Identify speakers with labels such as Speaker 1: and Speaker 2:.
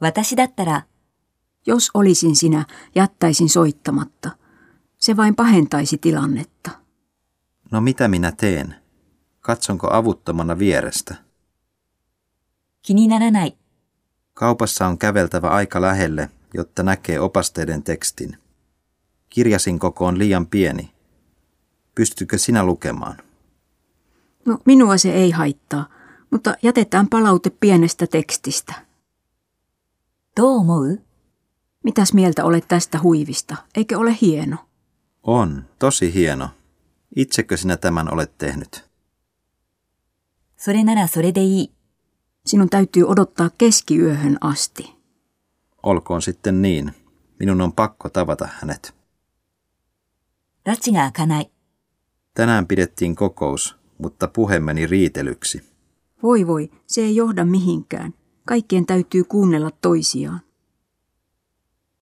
Speaker 1: 私だったら、
Speaker 2: Jos olisin sinä, jättäisin soittamatta. Se vain pahentaisi tilannetta.
Speaker 3: No mitä minä teen? Katsonko avuttomana vierestä?
Speaker 1: 気にならない、
Speaker 3: Kaupassa on käveltävä aika lähelle, jotta näkee opasteiden tekstin. Kirjasin koko on liian pieni. Pystykö sinä lukemaan?
Speaker 2: No, minua se ei haittaa, mutta jätetään palaute pienestä tekstistä.
Speaker 1: どう思う
Speaker 2: Mitäs mieltä olet tästä huivista? Eikö ole hieno?
Speaker 3: On, tosi hieno. Itsekö sinä tämän olet tehnyt?
Speaker 1: それならそれでいい。
Speaker 2: Sinun täytyy odottaa keskiyöhön asti.
Speaker 3: Olkoon sitten niin. Minun on pakko tavata hänet.
Speaker 1: 拉致が開かない。
Speaker 3: Tänään pidettiin kokous, mutta puhe meni riitelyksi.
Speaker 2: Voi voi, se ei johda mihinkään. Kaikkien täytyy kuunnella toisiaan.